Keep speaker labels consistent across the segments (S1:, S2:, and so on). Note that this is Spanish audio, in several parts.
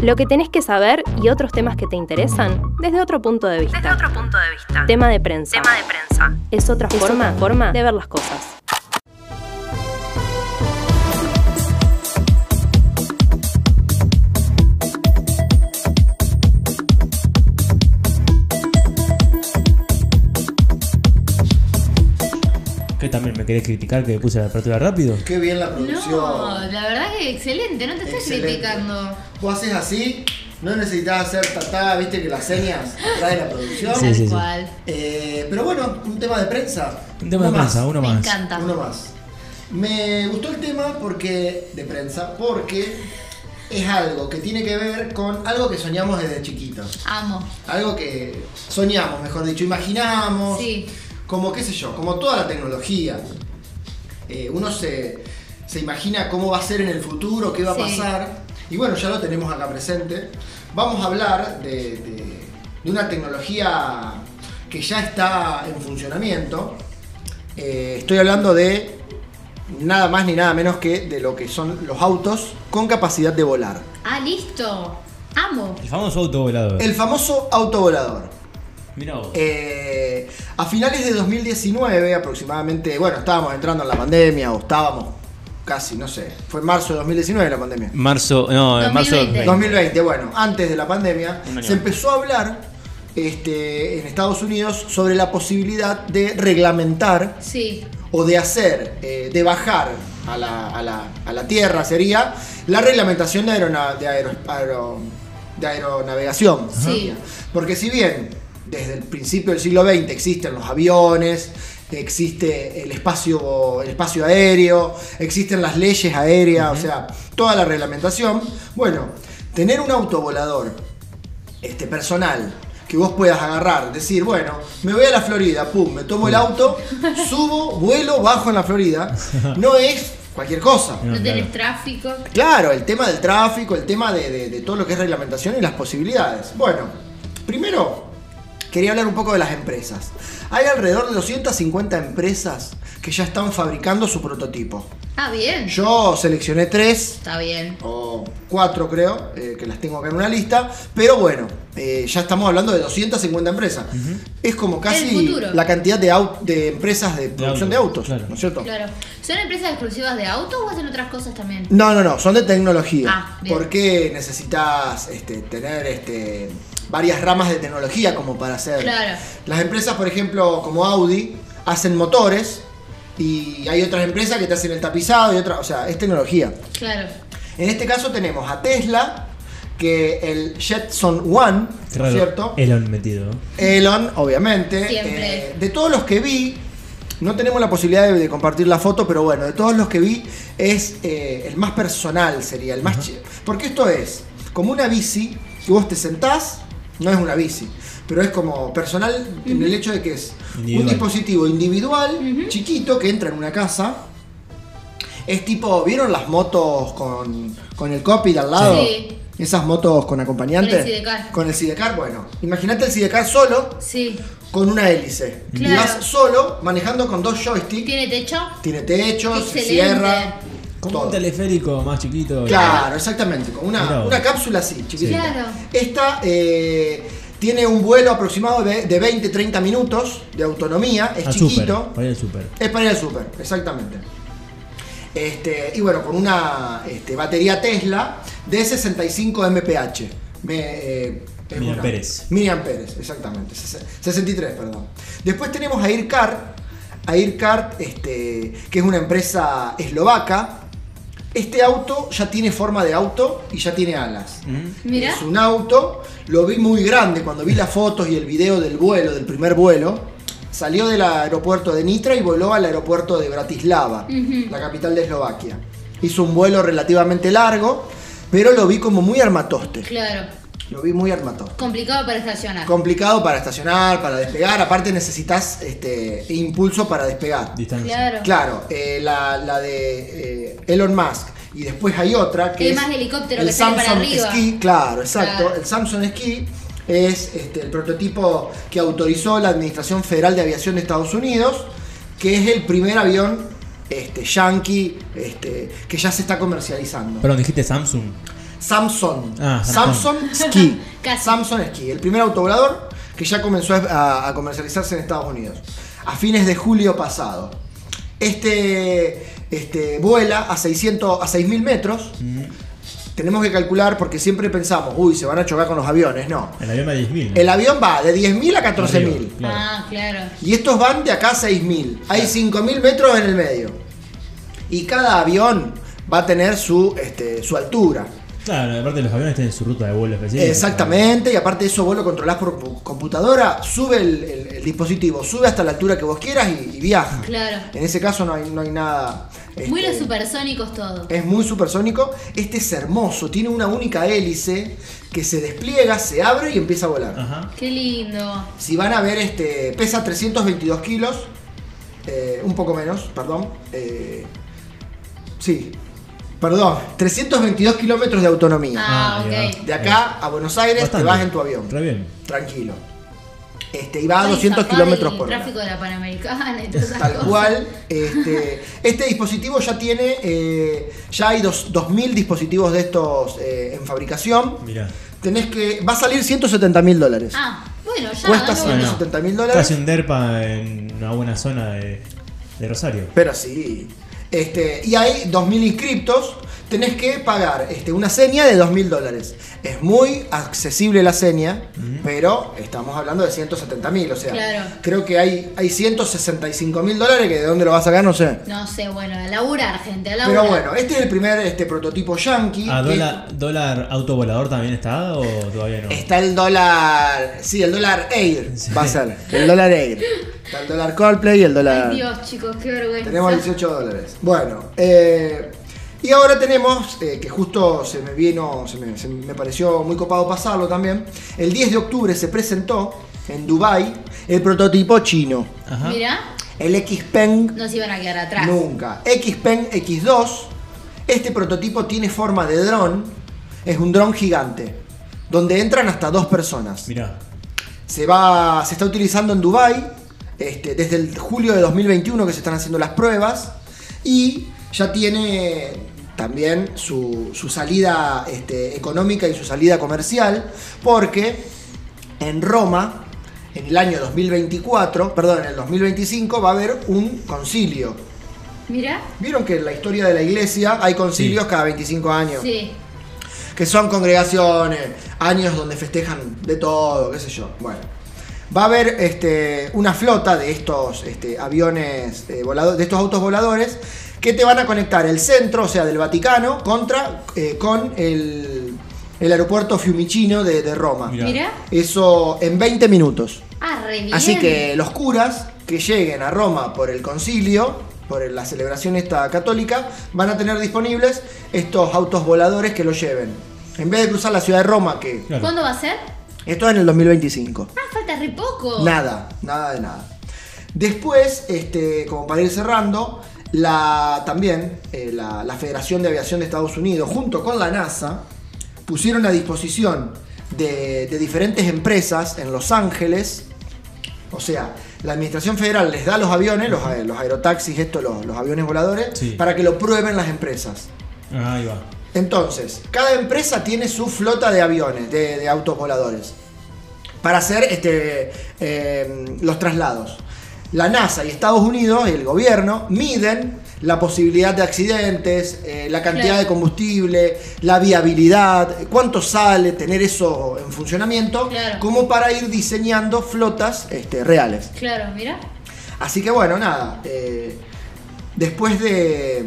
S1: Lo que tenés que saber y otros temas que te interesan desde otro punto de vista.
S2: Desde otro punto de vista.
S1: Tema de prensa.
S2: Tema de prensa.
S1: Es otra forma, forma de ver las cosas.
S3: Que también me querés criticar que puse la apertura rápido.
S4: Qué bien la producción.
S5: No, la verdad que excelente, no te estás
S4: Excelente.
S5: criticando.
S4: Vos haces así, no necesitas hacer tatá, viste que las señas trae la producción.
S3: Sí,
S5: Tal
S3: sí, sí.
S5: cual.
S4: Eh, pero bueno, un tema de prensa.
S3: Un tema de
S4: Uno más.
S3: prensa, uno
S5: Me
S3: más.
S5: encanta.
S4: Uno más. Me gustó el tema porque de prensa, porque es algo que tiene que ver con algo que soñamos desde chiquitos.
S5: Amo.
S4: Algo que soñamos, mejor dicho, imaginamos.
S5: Sí.
S4: Como qué sé yo, como toda la tecnología. Eh, uno se, se imagina cómo va a ser en el futuro, qué va
S5: Sí.
S4: a pasar. Y bueno, ya lo tenemos acá presente. Vamos a hablar de, de- de una tecnología que ya está en funcionamiento. Eh, estoy hablando de nada más ni nada menos que de lo que son los autos con capacidad de volar.
S5: Ah, listo. Amo.
S3: El famoso auto volador.
S4: El famoso autovolador.
S3: Mirá vos.
S4: Eh, a finales de 2019 aproximadamente, bueno, estábamos entrando en la pandemia o estábamos casi, no sé, fue en marzo de 2019 la pandemia.
S3: Marzo, no, en marzo.
S5: 2020.
S4: 2020, bueno, antes de la pandemia,
S3: Un año
S4: se
S3: antes.
S4: empezó a hablar este, en Estados Unidos sobre la posibilidad de reglamentar
S5: Sí.
S4: o de hacer, eh, de bajar a la, a la- a la tierra sería la reglamentación de, aerona- de aero- aero- de aeronavegación.
S5: Sí.
S4: Porque si bien desde el principio del siglo XX existen los aviones, existe el espacio, el espacio aéreo, existen las leyes aéreas, o sea, toda la reglamentación, bueno, tener un autovolador este, personal que vos puedas agarrar, decir, bueno, me voy a la Florida, pum, me tomo el auto, subo, vuelo, bajo en la Florida, no es cualquier cosa.
S3: No,
S5: No, tenés
S3: claro.
S5: tráfico.
S4: Claro, el tema del tráfico, el tema de, de- de todo lo que es reglamentación y las posibilidades. Bueno, primero quería hablar un poco de las empresas. Hay alrededor de 250 empresas que ya están fabricando su prototipo.
S5: Ah, bien.
S4: Yo seleccioné tres,
S5: Está bien.
S4: o cuatro creo, eh, que las tengo acá en una lista, pero bueno, eh, ya estamos hablando de 250 empresas. Es como
S5: El
S4: casi
S5: futuro.
S4: la cantidad de, au- de empresas de producción de
S3: autos,
S4: autos,
S3: claro.
S4: ¿no es cierto?
S5: Claro. ¿Son empresas exclusivas de autos o hacen otras cosas también?
S4: No, no, no, son de tecnología.
S5: Ah, bien.
S4: porque necesitas este, tener este, varias ramas de tecnología como para hacer.
S5: Claro.
S4: Las empresas, por ejemplo, como Audi, hacen motores y hay otras empresas que te hacen el tapizado y otras, o sea, es tecnología.
S5: Claro.
S4: En este caso tenemos a Tesla, que el Jetson One,
S3: Qué
S4: ¿no
S3: raro,
S4: es ¿cierto?
S3: Elon metido.
S4: Elon, obviamente.
S5: Siempre.
S4: Eh, de todos los que vi, no tenemos la posibilidad de, de compartir la foto, pero bueno, de todos los que vi es eh, el más personal, sería el más chi- Porque esto es como una bici, que vos te sentás, no es una bici, pero es como personal en el hecho de que es un
S3: Individual.
S4: dispositivo individual, chiquito, que entra en una casa. Es tipo, ¿vieron las motos con, con el copy de al lado?
S5: Sí.
S4: Esas motos con acompañante.
S5: Con el sidecar.
S4: Con el sidecar, bueno. Imagínate el sidecar solo,
S5: Sí.
S4: con una hélice.
S5: Claro.
S4: Y vas solo, manejando con dos joysticks.
S5: ¿Tiene techo?
S4: Tiene techos,
S5: Excelente.
S4: cierra.
S3: Como
S4: todo.
S3: un teleférico más chiquito.
S4: Claro, exactamente. Con
S3: Mirá
S4: una,
S3: vos.
S4: una cápsula así, chiquitita.
S5: Claro.
S4: Esta eh, tiene un vuelo aproximado de, de 20-30 minutos de autonomía. Es
S3: Ah, súper.
S4: chiquito.
S3: Para el súper.
S4: Es para ir al super, exactamente. Este, y bueno, con una este, batería Tesla de 65 mAh. Me, eh, es
S3: Miriam
S4: una-
S3: Pérez.
S4: Miriam Pérez, exactamente. ses- 63, perdón. Después tenemos a Aircar. A Aircar, este, que es una empresa eslovaca. Este auto ya tiene forma de auto y ya tiene alas.
S5: Mira.
S4: Es un auto, lo vi muy grande cuando vi las fotos y el video del vuelo, del primer vuelo. Salió del aeropuerto de Nitra y voló al aeropuerto de Bratislava, la capital de Eslovaquia. Hizo un vuelo relativamente largo, pero lo vi como muy armatoste.
S5: Claro.
S4: Lo vi muy armatoste.
S5: Complicado para estacionar.
S4: Complicado para estacionar, para despegar. Aparte necesitas este, impulso para despegar.
S3: Distancia.
S5: claro.
S4: Claro, eh, la, la de eh, Elon Musk. Y después hay otra que
S5: Que
S4: es
S5: más de helicóptero
S4: el
S5: que sale para
S4: Samsung
S5: arriba.
S4: Ski, claro, exacto.
S5: Claro.
S4: El Samsung Ski es este, el prototipo que autorizó la Administración Federal de Aviación de Estados Unidos, que es el primer avión este, yankee este, que ya se está comercializando.
S3: Perdón, dijiste Samsung.
S4: Samson.
S3: Ah,
S4: Samson Ski.
S5: Casi.
S4: Samson Ski, el primer autovolador que ya comenzó a, a comercializarse en Estados Unidos. A fines de julio pasado. Este, este vuela a 600, a 6.000 metros.
S3: Mm.
S4: Tenemos que calcular porque siempre pensamos, uy, se van a chocar con los aviones. No.
S3: El avión va a 10.000. ¿no?
S4: El avión va de 10.000 a
S3: Arriba,
S4: 14.000.
S3: claro.
S5: Ah, claro.
S4: Y estos van de acá a 6.000. Hay 5.000 metros en el medio. Y cada avión va a tener su, este, su altura.
S3: Claro, aparte los aviones tienen su ruta de vuelo específica.
S4: Exactamente. Y aparte eso vos lo controlás por pu- computadora. Sube el, el- el dispositivo, sube hasta la altura que vos quieras y, y viaja.
S5: Claro.
S4: En ese caso no hay, no hay nada...
S5: Muy
S4: este,
S5: los supersónicos todo.
S4: Es muy supersónico. Este es hermoso. Tiene una única hélice que se despliega, se abre y empieza a volar.
S3: Ajá.
S5: Qué lindo.
S4: Si van a ver, este pesa 322 kilos, eh, un poco menos, perdón. eh, sí, perdón, 322 kilómetros de autonomía.
S5: Ah,
S3: Ah, ahí Eh,
S5: ok.
S4: De acá a Buenos Aires
S3: Bastante.
S4: te vas en tu avión,
S3: Re bien.
S4: tranquilo. Este, y va a
S5: Ay,
S4: 200
S5: zafá
S4: kilómetros
S5: del
S4: por hora.
S5: tráfico de la Panamericana y todas esas
S4: Tal
S5: cosas.
S4: cual, este, este dispositivo ya tiene, eh, ya hay dos- 2.000 dispositivos de estos eh, en fabricación.
S3: Mirá.
S4: Tenés que, va a salir 170 mil dólares.
S5: Ah, bueno, ya.
S4: Cuesta
S5: dale, bueno.
S4: 170 mil dólares.
S3: Casi un derpa en una buena zona de, de Rosario.
S4: Pero sí. Este, y hay 2.000 inscriptos, tenés que pagar este, una seña de 2.000 dólares. Es muy accesible la seña, pero estamos hablando de 170.000, o sea,
S5: Claro.
S4: creo que hay, hay 165.000 dólares que de dónde lo vas a sacar, no sé.
S5: No sé, bueno, a laburar, gente, a laburar.
S4: Pero bueno, este es el primer este, prototipo yankee.
S3: ¿A
S4: que
S3: dólar, dólar Ah, autovolador también está o todavía no?
S4: Está el dólar, sí, el dólar Air
S3: Sí.
S4: va a ser, el dólar Air. Está el dólar Coldplay y el dólar...
S5: Ay, Dios, chicos, qué vergüenza.
S4: Tenemos 18 dólares. Bueno, eh, y ahora tenemos, eh, que justo se me vino, se me, se me pareció muy copado pasarlo también, el 10 de octubre se presentó en Dubai el prototipo chino,
S3: Ajá.
S5: Mirá,
S4: el Xpeng
S5: nos iban a quedar atrás.
S4: nunca, Xpeng X2. Este prototipo tiene forma de dron, es un dron gigante, donde entran hasta dos personas
S3: Mirá.
S4: se va se está utilizando en Dubai este, desde el julio de 2021 que se están haciendo las pruebas y ya tiene también su, su salida este, económica y su salida comercial porque en Roma en el año 2024 perdón en el 2025 va a haber un concilio
S5: Mirá,
S4: vieron que en la historia de la iglesia hay concilios
S3: Sí.
S4: cada 25 años
S5: sí.
S4: que son congregaciones, años donde festejan de todo, qué sé yo. Bueno, va a haber este, una flota de estos este, aviones eh, volado- de estos autos voladores que te van a conectar el centro, o sea, del Vaticano, contra eh, con el, el aeropuerto Fiumicino de, de Roma.
S3: Mirá.
S5: Mirá.
S4: Eso en 20 minutos.
S5: Ah, re bien.
S4: Así que los curas que lleguen a Roma por el concilio, por la celebración esta católica, van a tener disponibles estos autos voladores que los lleven. En vez de cruzar la ciudad de Roma, que
S3: Claro.
S5: ¿Cuándo va a ser?
S4: esto es en el 2025.
S5: Ah, falta re poco.
S4: Nada, nada de nada. Después, este, como para ir cerrando, la, también eh, la, la Federación de Aviación de Estados Unidos, junto con la NASA, pusieron a disposición de, de diferentes empresas en Los Ángeles, o sea, la Administración Federal les da los aviones, los, ae- los aerotaxis, estos, los, los aviones voladores,
S3: Sí.
S4: para que lo prueben las empresas.
S3: Ah, ahí va.
S4: Entonces, cada empresa tiene su flota de aviones, de, de autos voladores, para hacer este, eh, los traslados. La NASA y Estados Unidos, el gobierno, miden la posibilidad de accidentes, eh, la cantidad
S5: Claro.
S4: de combustible, la viabilidad, cuánto sale tener eso en funcionamiento,
S5: Claro.
S4: como para ir diseñando flotas este, reales.
S5: Claro, mirá.
S4: Así que bueno, nada. eh, después de.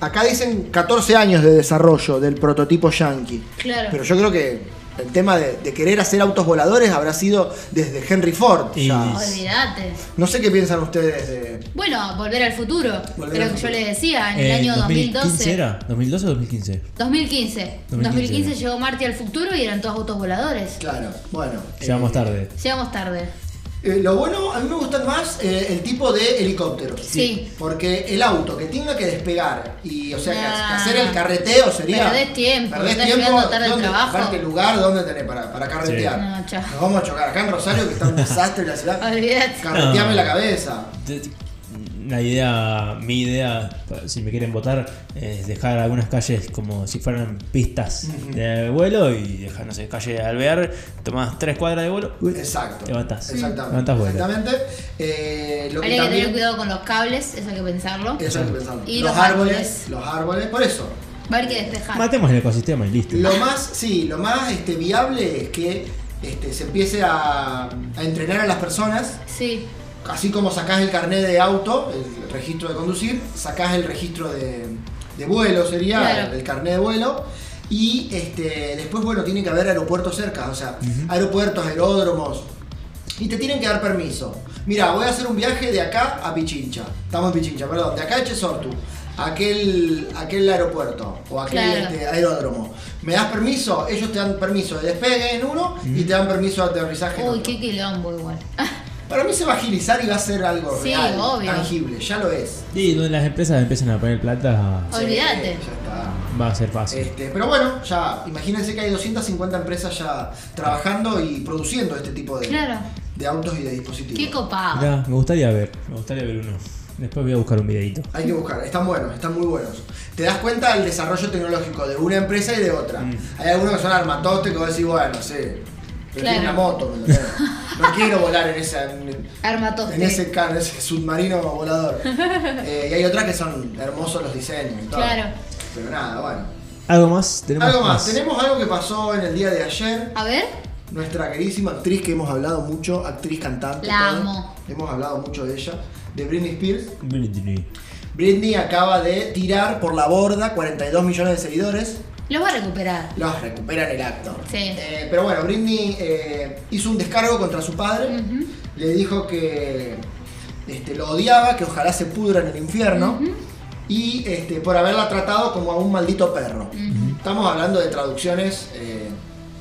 S4: Acá dicen 14 años de desarrollo del prototipo Yankee.
S5: Claro.
S4: Pero yo creo que el tema de, de querer hacer autos voladores habrá sido desde Henry Ford.
S3: Y-
S4: ya.
S5: Olvídate.
S4: No sé qué piensan ustedes de.
S5: Bueno, volver al futuro.
S4: Volver
S5: Creo
S4: al
S5: que yo
S4: futuro.
S5: les decía, en el
S3: Eh,
S5: año
S3: 2015
S5: 2012.
S3: era? ¿2012 o 2015?
S5: 2015.
S3: 2015
S5: 2015
S3: era.
S5: llegó Marty al futuro y eran todos autos voladores.
S4: Claro, bueno.
S3: Llegamos tarde.
S5: Llegamos tarde.
S4: Eh, lo bueno, a mí me gustan más eh, el tipo de helicópteros.
S5: Sí.
S4: Porque el auto que tenga que despegar y, o sea, que
S5: Nah.
S4: hacer el carreteo sería.
S5: Perdés tiempo,
S4: Perdés
S5: estás
S4: tiempo.
S5: llegando tarde al
S4: ¿dónde,
S5: trabajo.
S4: aparte, lugar, ¿dónde tenés para, para carretear?
S5: Sí. No, chao.
S4: Nos vamos a chocar. Acá en Rosario, que está un desastre la ciudad.
S5: Olvídate.
S4: Carreteame
S3: No.
S4: la cabeza.
S3: Te- la idea, mi idea, si me quieren votar, es dejar algunas calles como si fueran pistas de vuelo y dejar, no sé, calle de Alvear, tomás tres cuadras de vuelo. uy,
S4: Exacto.
S3: Levantás.
S4: Exactamente.
S3: Levantás vuelo.
S4: Exactamente. Eh, lo que
S5: Habría que tener
S4: también-
S5: cuidado con los cables, eso hay que pensarlo.
S4: Eso hay que pensarlo.
S5: Y
S4: los,
S5: los
S4: árboles,
S5: árboles.
S4: Los árboles. Por eso.
S5: Va a haber que despejar.
S3: Matemos el ecosistema y listo.
S4: Lo más, sí, lo más este, viable es que este, se empiece a, a entrenar a las personas.
S5: Sí.
S4: Así como sacás el carnet de auto, el registro de conducir, sacás el registro de, de vuelo, sería
S5: Claro.
S4: el carnet de vuelo. Y este, después, bueno, tiene que haber aeropuertos cerca, o sea, aeropuertos, aeródromos. Y te tienen que dar permiso. Mira, voy a hacer un viaje de acá a Pichincha. Estamos en Pichincha, perdón, de acá a Chesortu. Aquel, aquel aeropuerto o aquel
S5: Claro.
S4: este, aeródromo. ¿Me das permiso? Ellos te dan permiso de despegue en uno y te dan permiso de aterrizaje en
S5: Uy,
S4: otro.
S5: qué quilombo igual.
S4: Para mí se va a agilizar y va a ser algo
S5: Sí,
S4: real,
S5: obvio.
S4: tangible, ya lo es.
S3: Y donde las empresas empiezan a poner
S5: Ah.
S3: plata,
S5: Olvídate.
S4: Sí, ya está.
S3: va a ser fácil.
S4: Este, pero bueno, ya imagínense que hay 250 empresas ya trabajando y produciendo este tipo de,
S5: Claro.
S4: de autos y de dispositivos.
S5: Qué copado.
S3: Mirá, me gustaría ver, me gustaría ver uno. Después voy a buscar un videito.
S4: hay que buscar, están buenos, están muy buenos. Te das cuenta del desarrollo tecnológico de una empresa y de otra. Hay algunos que son armatoste que vos decís, bueno, sí, prefiero
S5: Claro.
S4: una moto, ¿me entendés? no quiero volar en esa, en-
S5: Armatoste.
S4: En ese, ca- en ese submarino volador. Eh, y hay otras que son hermosos los diseños. y todo.
S5: Claro.
S4: Pero nada, bueno.
S3: ¿Algo más? ¿Tenemos
S4: Algo más. Tenemos algo que pasó en el día de ayer.
S5: A ver.
S4: Nuestra queridísima actriz que hemos hablado mucho, actriz cantante.
S5: La
S4: todo.
S5: amo.
S4: Hemos hablado mucho de ella, de Britney Spears.
S3: Britney.
S4: Britney acaba de tirar por la borda 42 millones de seguidores.
S5: Los va a recuperar.
S4: Los recuperan el acto.
S5: Sí.
S4: Eh, pero bueno, Britney eh, hizo un descargo contra su padre. Le dijo que este, lo odiaba, que ojalá se pudra en el infierno. Y este, por haberla tratado como a un maldito perro. Estamos hablando de traducciones eh,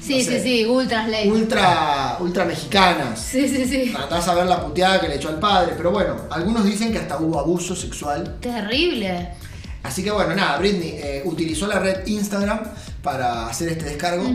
S5: Sí,
S4: no sé,
S5: sí, sí. Ultras ley.
S4: Ultra, ultra mexicanas.
S5: Sí, sí, sí.
S4: Tratás a ver la puteada que le echó al padre. Pero bueno, algunos dicen que hasta hubo abuso sexual.
S5: Terrible.
S4: Así que bueno, nada, Britney eh, utilizó la red Instagram para hacer este descargo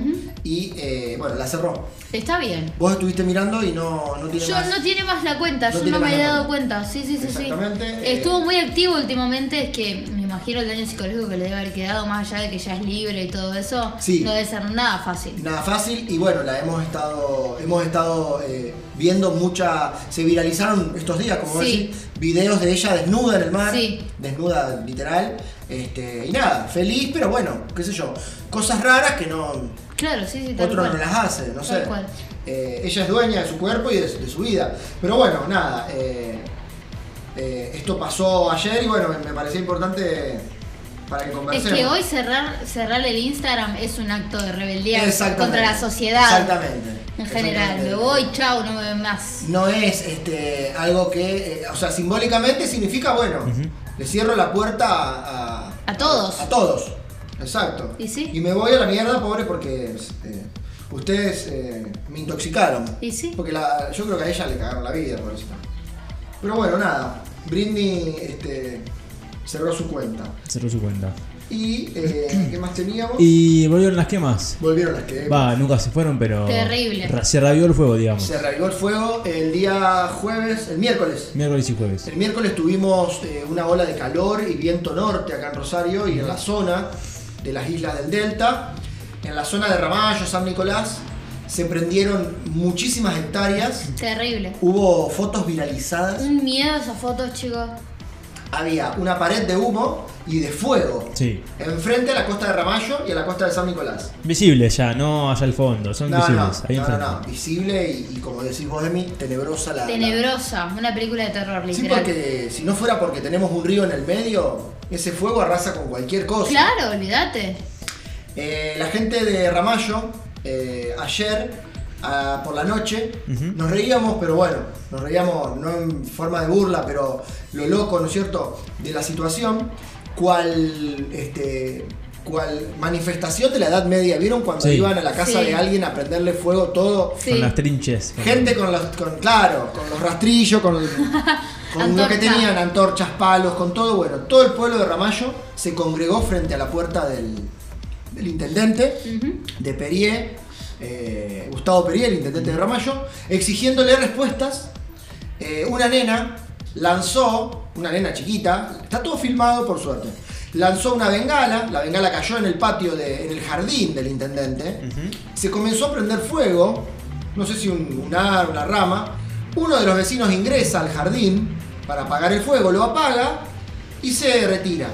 S4: y eh, bueno, la cerró.
S5: Está bien.
S4: Vos estuviste mirando y no, no tiene
S5: Yo
S4: más.
S5: no tiene más la cuenta,
S4: No
S5: yo
S4: tiene
S5: no me
S4: más
S5: he
S4: la
S5: dado cuenta. Sí, sí, sí, sí.
S4: Exactamente, eh.
S5: Estuvo muy activo últimamente, es que me imagino el daño psicológico que le debe haber quedado, más allá de que ya es libre y todo eso.
S4: Sí.
S5: No debe ser nada fácil.
S4: Nada fácil y bueno, la hemos estado, hemos estado eh, viendo mucha, se viralizaron estos días, como vos
S5: Sí.
S4: decís, videos de ella desnuda en el mar,
S5: Sí.
S4: desnuda literal, este, y nada, feliz, pero bueno, qué sé yo, cosas raras que no,
S5: Claro, sí, sí, tal
S4: Otro no
S5: cual.
S4: las hace, no sé.
S5: Tal cual.
S4: Eh, ella es dueña de su cuerpo y de, su- de su vida. Pero bueno, nada. eh, eh, esto pasó ayer y bueno, me, me parecía importante para que
S5: Es
S4: conversemos.
S5: que hoy cerrar, cerrar el Instagram es un acto de rebeldía
S4: Exactamente.
S5: contra la sociedad.
S4: Exactamente.
S5: En general,
S4: Exactamente.
S5: me voy, chao, no me ven más.
S4: No es este, algo que. eh, o sea, simbólicamente significa, bueno, le cierro la puerta a.
S5: A todos.
S4: A todos. Exacto.
S5: ¿Y sí?
S4: me voy a la mierda, pobre, porque. este, ustedes eh, me intoxicaron.
S5: ¿Y sí?
S4: Porque la- yo creo que a ella le cagaron la vida, por eso. Pero bueno, nada. Britney este, cerró su cuenta.
S3: Cerró su cuenta.
S4: ¿Y eh, qué más teníamos?
S3: Y volvieron las quemas.
S4: Volvieron las que.
S3: Va, nunca se fueron, pero.
S5: Terrible.
S3: ra- Se rabió el fuego, digamos.
S4: Se arraigó el fuego el día jueves, el miércoles.
S3: Miércoles y jueves.
S4: El miércoles tuvimos eh, una ola de calor y viento norte acá en Rosario y en la zona de las islas del Delta. En la zona de Ramallo, San Nicolás, se prendieron muchísimas hectáreas.
S5: Terrible.
S4: Hubo fotos viralizadas.
S5: Un miedo esas fotos, chicos.
S4: Había una pared de humo y de fuego.
S3: Sí.
S4: Enfrente a la costa de Ramallo y a la costa de San Nicolás.
S3: Visibles ya, no allá al fondo. Son
S4: No, no,
S3: visibles. ahí
S4: no, no,
S3: enfrente.
S4: no, visible y, y como decís vos de mí, tenebrosa la... la-
S5: Tenebrosa, una película de terror,
S4: Sí,
S5: literal.
S4: porque si no fuera porque tenemos un río en el medio, ese fuego arrasa con cualquier cosa.
S5: Claro, olvídate.
S4: Eh, la gente de Ramallo, eh, ayer ah, por la noche, nos reíamos, pero bueno, nos reíamos no en forma de burla, pero lo loco, ¿no es cierto?, de la situación, cual, este, cual manifestación de la Edad Media. ¿Vieron cuando
S3: Sí.
S4: iban a la casa
S5: Sí.
S4: de alguien a prenderle fuego todo?
S5: Sí.
S3: Con las trinches.
S4: Gente con los, con, claro, con los rastrillos, con, el- con lo que
S5: Antorcha.
S4: tenían, antorchas, palos, con todo, bueno, todo el pueblo de Ramallo se congregó frente a la puerta del, del intendente de Perier, eh, Gustavo Perier, el intendente de Ramallo, exigiéndole respuestas. Eh, una nena lanzó una nena chiquita, está todo filmado por suerte. Lanzó una bengala, la bengala cayó en el patio, de, en el jardín del intendente, se comenzó a prender fuego, no sé si un, un árbol, una rama, uno de los vecinos ingresa al jardín para apagar el fuego, lo apaga y se retira.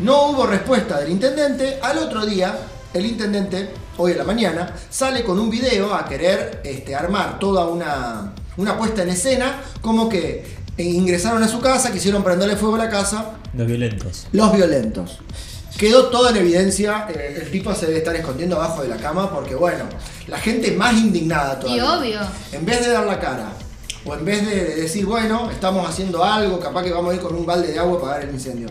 S4: No hubo respuesta del intendente. Al otro día, el intendente, hoy en la mañana, sale con un video a querer este, armar toda una, una puesta en escena, como que eh, ingresaron a su casa, quisieron prenderle fuego a la casa,
S3: Los violentos.
S4: los violentos. Quedó todo en evidencia, eh, el tipo se debe estar escondiendo abajo de la cama porque bueno, la gente es más indignada
S5: Y
S4: todavía.
S5: obvio.
S4: En vez de dar la cara, o en vez de decir, bueno, estamos haciendo algo, capaz que vamos a ir con un balde de agua a apagar el incendio.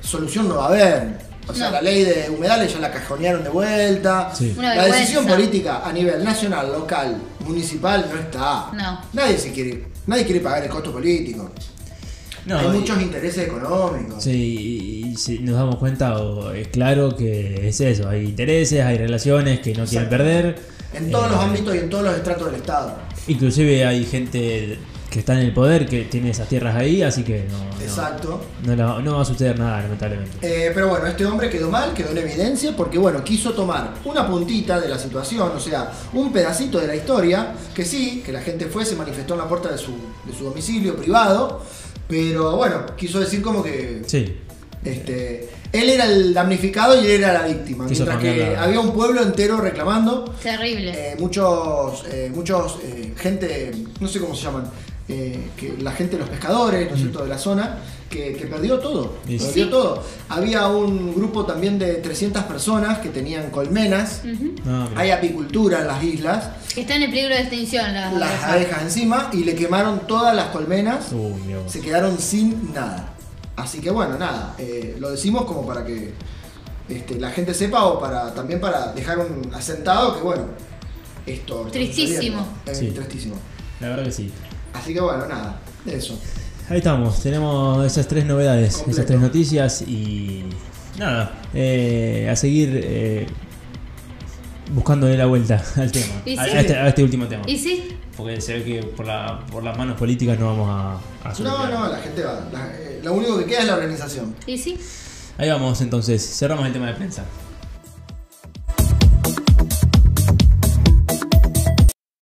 S4: Solución no va a haber. O sea,
S5: No.
S4: la ley de humedales ya la cajonearon de vuelta.
S3: Sí.
S5: Una
S4: la decisión
S5: vergüenza.
S4: política a nivel nacional, local, municipal no está.
S5: No.
S4: Nadie se quiere, nadie quiere pagar el costo político.
S3: No,
S4: Hay
S3: y-
S4: muchos intereses económicos.
S3: Sí, y- y si nos damos cuenta, o- es claro que es eso. Hay intereses, hay relaciones que no quieren
S4: Exacto.
S3: perder.
S4: En todos los
S3: Eh,
S4: ámbitos y en todos los estratos del Estado.
S3: Inclusive hay gente que está en el poder que tiene esas tierras ahí, así que no, no-
S4: Exacto.
S3: no, la- no va a suceder nada, lamentablemente.
S4: Eh, pero bueno, este hombre quedó mal, quedó en evidencia, porque bueno, quiso tomar una puntita de la situación, o sea, un pedacito de la historia, que sí, que la gente fue, se manifestó en la puerta de su, de su domicilio privado, pero bueno, quiso decir como que
S3: Sí,
S4: este, él era el damnificado y él era la víctima,
S3: Quiso
S4: mientras que
S3: cambiar la-
S4: había un pueblo entero reclamando,
S5: Terrible.
S4: eh, muchos, eh, muchos eh, gente, no sé cómo se llaman, eh, que la gente, los pescadores, ¿no es cierto?, de la zona, que, que perdió todo,
S3: Sí.
S4: perdió
S5: Sí.
S4: todo. Había un grupo también de 300 personas que tenían colmenas,
S5: Ujú.
S3: no, mirá.
S4: hay apicultura en las islas,
S5: Que está en el peligro de extinción las
S4: las
S5: abejas.
S4: abejas encima, y le quemaron todas las colmenas,
S3: Uy, mirá vos.
S4: se quedaron sin nada. Así que bueno, nada, eh, lo decimos como para que este, la gente sepa o para también para dejar un asentado que bueno, esto... está
S5: Tristísimo.
S4: sucediendo. Eh,
S3: Sí.
S4: Tristísimo.
S3: La verdad que sí.
S4: Así que bueno, nada, eso.
S3: Ahí estamos, tenemos esas tres novedades,
S4: Completo.
S3: esas tres noticias y nada, eh, a seguir eh, buscándole la vuelta al tema,
S5: Y
S3: a,
S5: sí.
S3: a este, a este último tema.
S5: Y sí,
S3: Porque se ve que por, la, por las manos políticas no vamos a... a
S4: No,
S3: solucionar.
S4: no, la gente va. la- eh, lo único que queda es la organización.
S5: y sí.
S3: Ahí vamos entonces, cerramos el tema de prensa.